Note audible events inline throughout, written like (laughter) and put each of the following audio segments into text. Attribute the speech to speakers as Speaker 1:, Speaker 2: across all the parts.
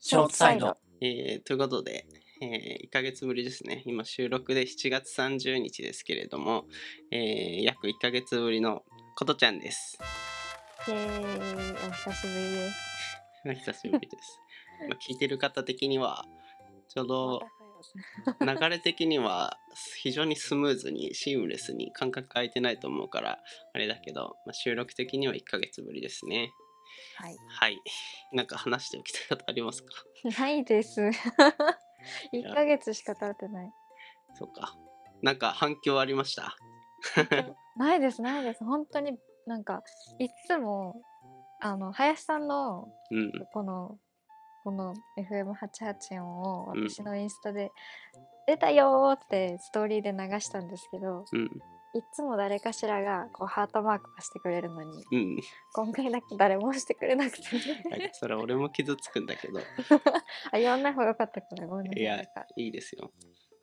Speaker 1: ショートサイド。えーということで、え1ヶ月ぶりですね。今収録で7月30日ですけれども、えー約1ヶ月ぶりのことちゃんです。 (laughs)
Speaker 2: イエーイお久しぶりです。
Speaker 1: お久しぶりです。まあ聞いてる方的には、ちょ
Speaker 2: (laughs)
Speaker 1: うど流れ的には非常にスムーズにシームレスに間隔空いてないと思うから、あれだけど、まあ、収録的には1ヶ月ぶりですね。
Speaker 2: はい。
Speaker 1: はい。 (laughs) なんか話しておきたいことありますか
Speaker 2: ないです。一ヶ月しか経ってない。
Speaker 1: そうか。なんか反響ありました。
Speaker 2: ないですないです。本当になんかいつもあの林さんの
Speaker 1: うん。
Speaker 2: このこの FM884 を
Speaker 1: うん
Speaker 2: 私のインスタで出たよーってストーリーで流したんですけど、
Speaker 1: うん。
Speaker 2: いつも誰かしらがこうハートマークがしてくれるのに、
Speaker 1: うん。
Speaker 2: 今回だけ誰もしてくれな (laughs) くて、
Speaker 1: はいそれ俺も傷つくんだけど、
Speaker 2: あ、言わない方が良かったからごめんなさい。
Speaker 1: いや
Speaker 2: なんか
Speaker 1: いいですよ。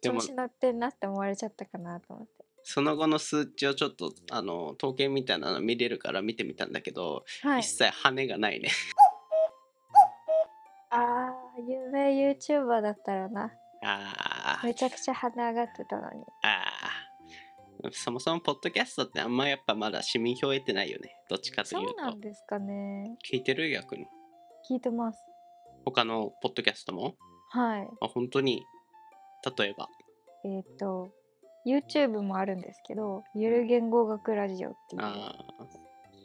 Speaker 1: で
Speaker 2: 調
Speaker 1: も
Speaker 2: 子、乗ってんなって思われちゃったかなと思って。
Speaker 1: その後の数値をちょっと、あの、統計みたいなの見れるから見てみたんだけど、
Speaker 2: はい
Speaker 1: 一。切羽がないね。 (laughs)
Speaker 2: ああ、有名 YouTuber だったらな。
Speaker 1: あー
Speaker 2: めちゃくちゃ鼻上がってたのに。
Speaker 1: あー。そもそも、ポッドキャストってあんまやっぱまだ市民票得てないよね。どっちかと
Speaker 2: そ
Speaker 1: いう
Speaker 2: う
Speaker 1: と。
Speaker 2: なんですかね。
Speaker 1: 聞いてる逆に。
Speaker 2: 聞いてます。
Speaker 1: 他のポッドキャストも
Speaker 2: はい。
Speaker 1: あ、本当に。例えば。
Speaker 2: えっ、と、YouTube もあるんですけど、ゆる言語学ラジオっていう。
Speaker 1: あー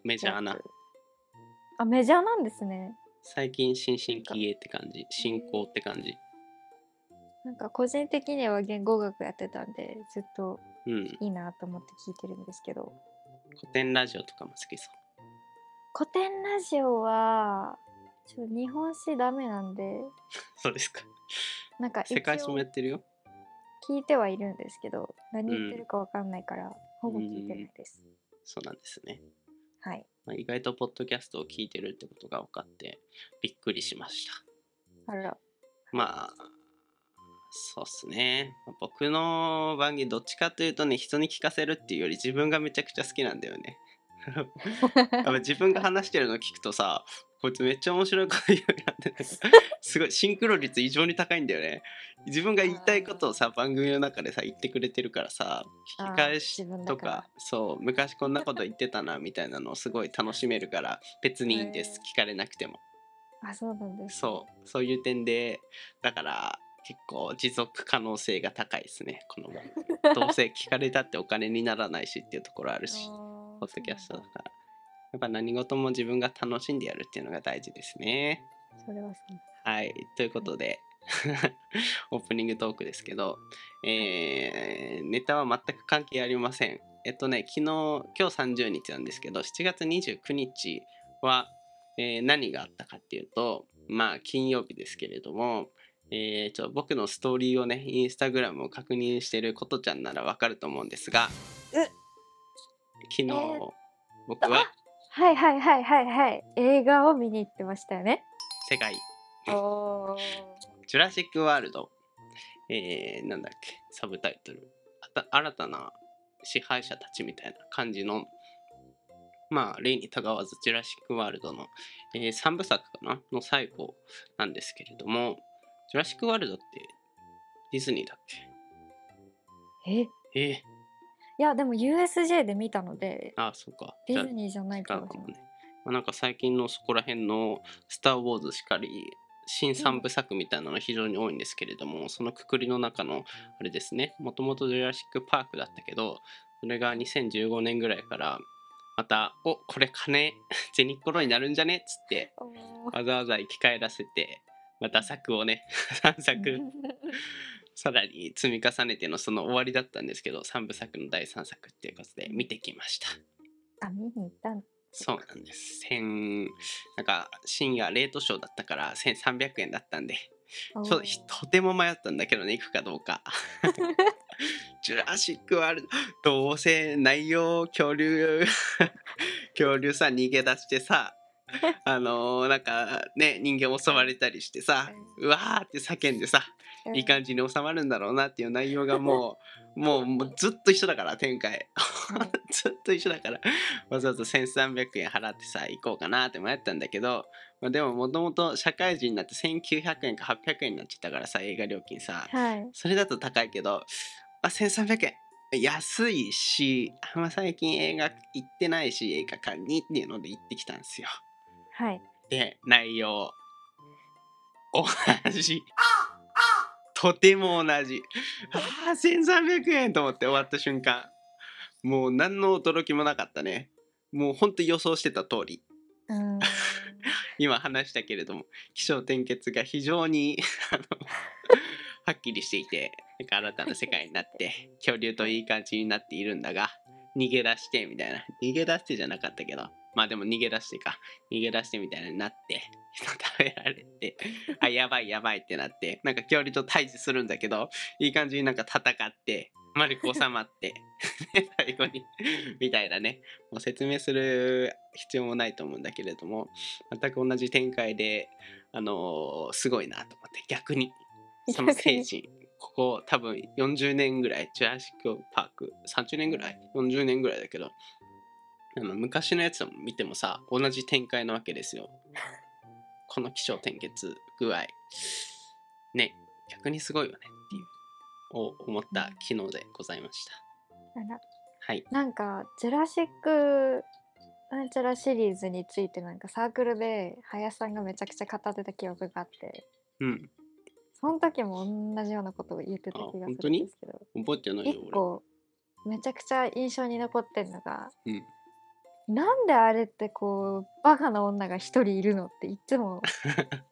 Speaker 1: メジャーな。。
Speaker 2: あ、メジャーなんですね。
Speaker 1: 最近、新進気鋭って感じ。進行って感じ。
Speaker 2: なんか個人的には言語学やってたんで、ずっと
Speaker 1: うん。
Speaker 2: いいなと思って聞いてるんですけど。
Speaker 1: 古典ラジオとかも好きそう。 (laughs)
Speaker 2: 古典ラジオは、ちょっと日本史ダメなんで、
Speaker 1: そうですか。
Speaker 2: なんか
Speaker 1: 世界史
Speaker 2: 一応
Speaker 1: もやってるよ。
Speaker 2: 聞いてはいるんですけど何言っ
Speaker 1: う
Speaker 2: て
Speaker 1: ん
Speaker 2: るかわかんないから、ほぼ聞いてないです、
Speaker 1: そうなんですね。
Speaker 2: はい
Speaker 1: まあ、意外とポッドキャストを聞いてるってことが分かってびっくりしました。
Speaker 2: あら
Speaker 1: まあ、そうっすね。僕の番組どっちかというとね、人に聞かせるっていうより自分がめちゃくちゃ好きなんだよね。
Speaker 2: (laughs)
Speaker 1: やっぱ自分が話してるの聞くとさ、こいつめっちゃ面白いこと言うやんっ
Speaker 2: (laughs)
Speaker 1: てすごいシンクロ率異常に高いんだよね。自分が言いたいことをさ、番組の中でさ、言ってくれてるからさ、
Speaker 2: あー
Speaker 1: 聞き返し
Speaker 2: 自分だ
Speaker 1: と
Speaker 2: から
Speaker 1: か、そう、昔こんなこと言ってたなみたいなのをすごい楽しめるから、別にいいんです、聞かれなくても。
Speaker 2: あそうなんです
Speaker 1: そう、そういう点で、だから、結構持続可能性が高いですね、こ
Speaker 2: (laughs)
Speaker 1: の番組どうせ聞かれたってお金にならないしっていうところあるし。ポ
Speaker 2: ポ
Speaker 1: ッドキャストだから。やっぱ何事も自分が楽しんでやるっていうのが大事ですね。
Speaker 2: それはそう
Speaker 1: はい。ということで、 (laughs) オープニングトークですけど、えーネタは全く関係ありません。えっとね、昨日、今日30日なんですけど、7月29日は、えー何があったかっていうと、まあ、金曜日ですけれども、えーちょ僕のストーリーをね、インスタグラムを確認してることちゃんならわかると思うんですが、
Speaker 2: え
Speaker 1: 昨日、
Speaker 2: えーっ
Speaker 1: 僕は
Speaker 2: はいはいはいはいはい映画を見に行ってましたよね
Speaker 1: 世界
Speaker 2: おー
Speaker 1: ジュラシック・ワールド、えー、なんだっけ、サブタイトル、あた新たな支配者たちみたいな感じの、まあ、例にたがわず、ジュラシック・ワールドの、え3部作かなの最後なんですけれども、ジュラシック・ワールドってディズニーだっ
Speaker 2: えい
Speaker 1: けえ
Speaker 2: やでも USJ で見たので
Speaker 1: ー、あ、そうか。
Speaker 2: デ
Speaker 1: じゃ
Speaker 2: ィ
Speaker 1: あ
Speaker 2: ズニーじゃない
Speaker 1: 違
Speaker 2: 気が
Speaker 1: う
Speaker 2: し
Speaker 1: かも
Speaker 2: ます
Speaker 1: ね。まあ、なんか最近のそこら辺の「スター・ウォーズ」しかり新三部作みたいなの非常に多いんですけれども、そのくくりの中のあれですねもともと「ジュラシック・パーク」だったけどそれが2015年ぐらいからまた「おこれ金 (laughs) ゼニッコロになるんじゃね?」っつって
Speaker 2: おー
Speaker 1: わざわざ生き返らせてまた作をね3 (laughs) 作さらに積み重ねてのその終わりだったんですけど3部作の第3作っていうことで見てきました。
Speaker 2: (laughs) あ見に行ったん
Speaker 1: そうなんです。千なんか深夜レートショーだったから1300円だったんで、
Speaker 2: おー
Speaker 1: ちょっとひとても迷ったんだけどね、行くかど
Speaker 2: (laughs)
Speaker 1: うか。ジュラシックワールド、どうせ内容恐竜、恐竜さ、逃げ出してさ、あのーなんかね人間襲われたりして
Speaker 2: (laughs)
Speaker 1: さうわーって叫んでさ
Speaker 2: うん
Speaker 1: いい感じに収まるんだろうなっていう内容がも
Speaker 2: (laughs)
Speaker 1: うもうもうずっと一緒だから展開 (laughs)
Speaker 2: はい
Speaker 1: ずっと一緒だからわざわざ1300円払ってさ行こうかなって迷ったんだけど、まあ、でももともと社会人になって1900円か800円になっちゃったからさ映画料金さ
Speaker 2: はい。
Speaker 1: それだと高いけど、あ、1300円安いしあんま最近映画行ってないし映画館にっていうので行ってきたんですよ。
Speaker 2: はい。
Speaker 1: で内容同じとても同じあー1300円と思って終わった瞬間もう何の驚きもなかったねもうほんと予想してた通り
Speaker 2: うーん。
Speaker 1: 今話したけれども起承転結が非常にあのはっきりしていてなんか新たな世界になって恐竜といい感じになっているんだが逃げ出してみたいな逃げ出してじゃなかったけどまあでも逃げ出してか逃げ出してみたいなになって (laughs) 人食べられてあやばいやばいってなってなんか恐竜と対峙するんだけどいい感じになんか戦って丸く収まって (laughs) で最後にみたいなねもう説明する必要もないと思うんだけれども全く同じ展開で、あのーすごいなと思って逆にその精神ここ多分40年ぐらいジュラシック・パーク30年ぐらい40年ぐらいだけどあの昔のやつを見てもさ同じ展開なわけですよこの気象転結具合ね逆にすごいよねっていうを思った昨日でございました
Speaker 2: あら
Speaker 1: はい
Speaker 2: なんか、ジュラシック、なんちゃらシリーズについてなんかサークルで林さんがめちゃくちゃ語ってた記憶があって、
Speaker 1: うん
Speaker 2: その時も同じようなことを言ってた気
Speaker 1: あ
Speaker 2: がす
Speaker 1: 本当
Speaker 2: るん
Speaker 1: に
Speaker 2: ですけど、
Speaker 1: 覚えてない
Speaker 2: 一
Speaker 1: よ俺
Speaker 2: 個めちゃくちゃ印象に残ってんのが、
Speaker 1: うん
Speaker 2: なんであれってこうバカな女が一人いるのっていつも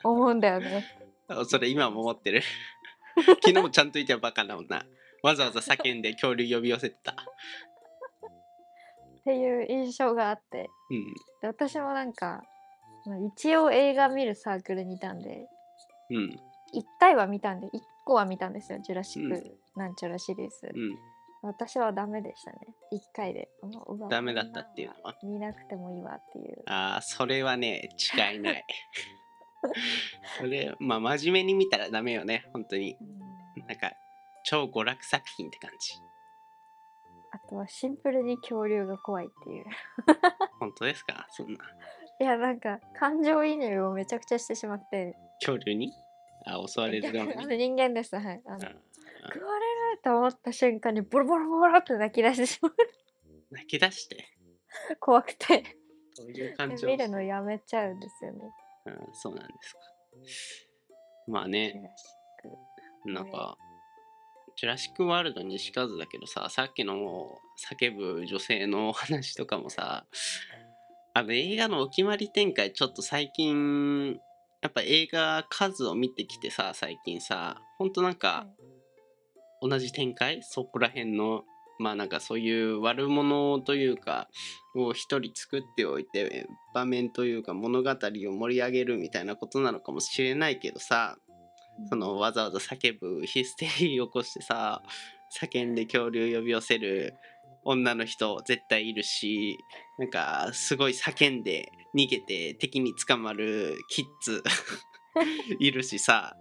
Speaker 2: 思うんだよ (laughs) ね。
Speaker 1: あそれ今も思
Speaker 2: (laughs)
Speaker 1: ってる昨日もちゃんといてバカな女わざわざ叫んで恐竜呼び寄せてた
Speaker 2: っていう印象があって
Speaker 1: うん
Speaker 2: で私もなんかまあ一応映画見るサークルにいたんで
Speaker 1: うん
Speaker 2: 1回は見たんで1個は見たんですよ「ジュラシッ
Speaker 1: う
Speaker 2: ク・なんちゃら」シリーズ、
Speaker 1: うん
Speaker 2: 私はダメでしたね1回でもううわ
Speaker 1: ダメだったっていうのは
Speaker 2: こんなんは見なくてもいいわっていう
Speaker 1: あーそれはね違いない
Speaker 2: (laughs)
Speaker 1: それまあ真面目に見たらダメよね本当に
Speaker 2: うん
Speaker 1: なんか超娯楽作品って感じ
Speaker 2: あとはシンプルに恐竜が怖いっていう (laughs)
Speaker 1: 本当ですかそんない
Speaker 2: やなんか感情移入をめちゃくちゃしてしまって
Speaker 1: 恐竜にあ襲われる側
Speaker 2: あ
Speaker 1: に
Speaker 2: の人間ですはいあの
Speaker 1: あ
Speaker 2: 食われると思った瞬間にボロボロボロって泣き出してしま
Speaker 1: 泣き出して
Speaker 2: う (laughs) 怖くて
Speaker 1: そういう
Speaker 2: で
Speaker 1: 感情
Speaker 2: 見るのやめちゃうんですよね
Speaker 1: うん、そうなんですかまあね
Speaker 2: ジュラシック
Speaker 1: なんか、ジュラシック・ワールドにしかずだけどさ、さっきのもう叫ぶ女性のお話とかもさ、あの映画のお決まり展開、ちょっと最近、やっぱ映画数を見てきてさ、最近さ、ほんとなん
Speaker 2: は
Speaker 1: か
Speaker 2: い、
Speaker 1: 同じ展開そこら辺の、まあなんかそういう悪者というか、を一人作っておいて、場面というか物語を盛り上げるみたいなことなのかもしれないけどさ、そのわざわざ叫ぶヒステリー起こしてさ叫んで恐竜呼び寄せる女の人絶対いるしなんかすごい叫んで逃げて敵に捕まるキッズ (laughs) いるしさ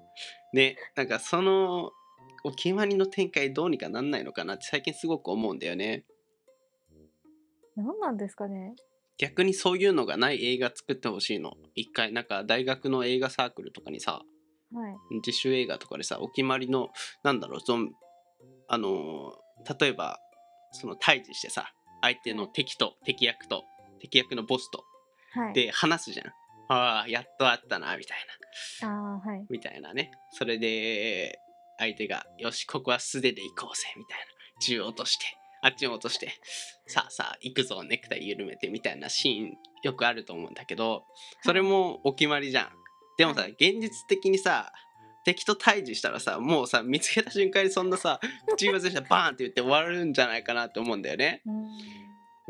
Speaker 1: ねなんかそのお決まりの展開どうにかなんないのかなって最近すごく思うんだよね。
Speaker 2: 何なんですかね
Speaker 1: 逆にそういうのがない映画作ってほしいの。一回なんか大学の映画サークルとかにさ
Speaker 2: はい
Speaker 1: 自主映画とかでさお決まりのなんだろうゾンあのー例えばその対峙してさ相手の敵と敵役と敵役のボスと
Speaker 2: はい
Speaker 1: で話すじゃん。ああやっと会ったなみたいな
Speaker 2: あーはい
Speaker 1: みたいなねそれで相手が「よしここは素手で行こうぜ」みたいな銃を落としてあっちを落としてさあさあ行くぞネクタイ緩めてみたいなシーンよくあると思うんだけどそれもお決まりじゃん。でもさ
Speaker 2: は
Speaker 1: 現実的にさ敵と対峙したらさもうさ見つけた瞬間にそんなさ口をずしたらバーンって言って終わるんじゃないかなって思うんだよね。
Speaker 2: うー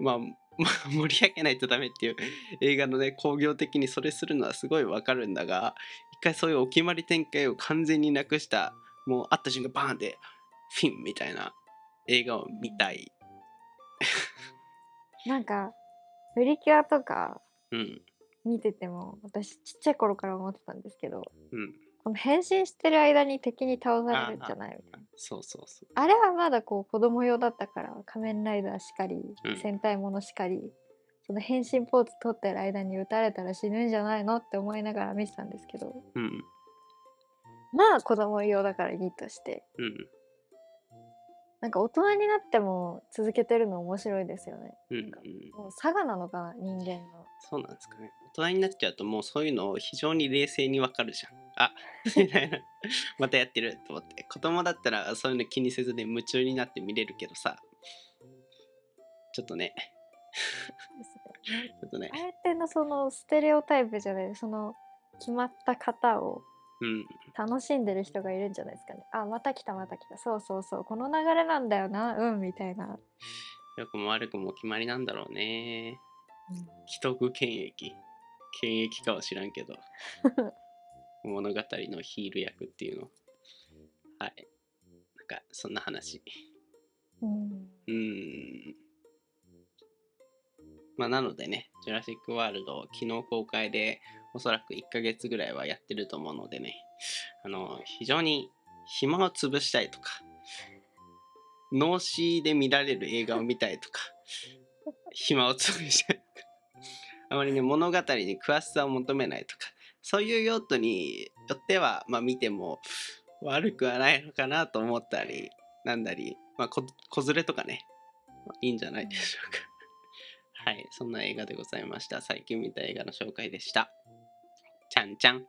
Speaker 2: ん
Speaker 1: まあ、まあ (laughs) 盛り上げないとダメっていう映画のね興行的にそれするのはすごいわかるんだが一回そういうお決まり展開を完全になくしたもう会った瞬間バーンってフィンみたいな映画を見たい。
Speaker 2: なんかプリキュアとか
Speaker 1: うん、
Speaker 2: 見てても私ちっちゃい頃から思ってたんですけど
Speaker 1: うん、
Speaker 2: この変身してる間に敵に倒されるんじゃないみたいな
Speaker 1: そうそうそう。
Speaker 2: あれはまだこう子供用だったから仮面ライダーしかり
Speaker 1: うん
Speaker 2: 戦隊ものしかり、その変身ポーズ取ってる間に撃たれたら死ぬんじゃないのって思いながら見てたんですけど
Speaker 1: うん、
Speaker 2: まあ子供用だからいいとして
Speaker 1: うん、
Speaker 2: なんか大人になっても続けてるの面白いですよね
Speaker 1: うん、うん。
Speaker 2: もう佐賀なのかな人間の
Speaker 1: そうなんですかね。大人になっちゃうと、もうそういうのを非常に冷静にわかるじゃん。
Speaker 2: (laughs)
Speaker 1: あみたいな。またやってると思って。子供だったらそういうの気にせずで夢中になって見れるけどさ。ちょっとね、ちょっとね
Speaker 2: あ。れってのそのステレオタイプじゃないその決まった型を
Speaker 1: うん、
Speaker 2: 楽しんでる人がいるんじゃないですかねあまた来たまた来たそうそうそうこの流れなんだよなうんみたいな
Speaker 1: 良くも悪くもお決まりなんだろうね。既得権益。権益かは知らんけ
Speaker 2: (laughs)
Speaker 1: ど。物語のヒール役っていうの。はい。なんか、そんな話。
Speaker 2: うん
Speaker 1: うーん。まあ、なのでね、ジュラシック・ワールド、昨日公開で、おそらく1ヶ月ぐらいはやってると思うのでね、あの、非常に暇を潰したいとか、脳死で見られる映画を見たいとか、暇を潰したいとか、あまりね、物語に詳しさを求めないとか、そういう用途によっては、まあ、見ても悪くはないのかなと思ったり、なんだり、まあ、こ子連れとかね、まあいいんじゃないでしょうか。はい、そんな映画でございました。最近見た映画の紹介でした。ちゃんちゃん。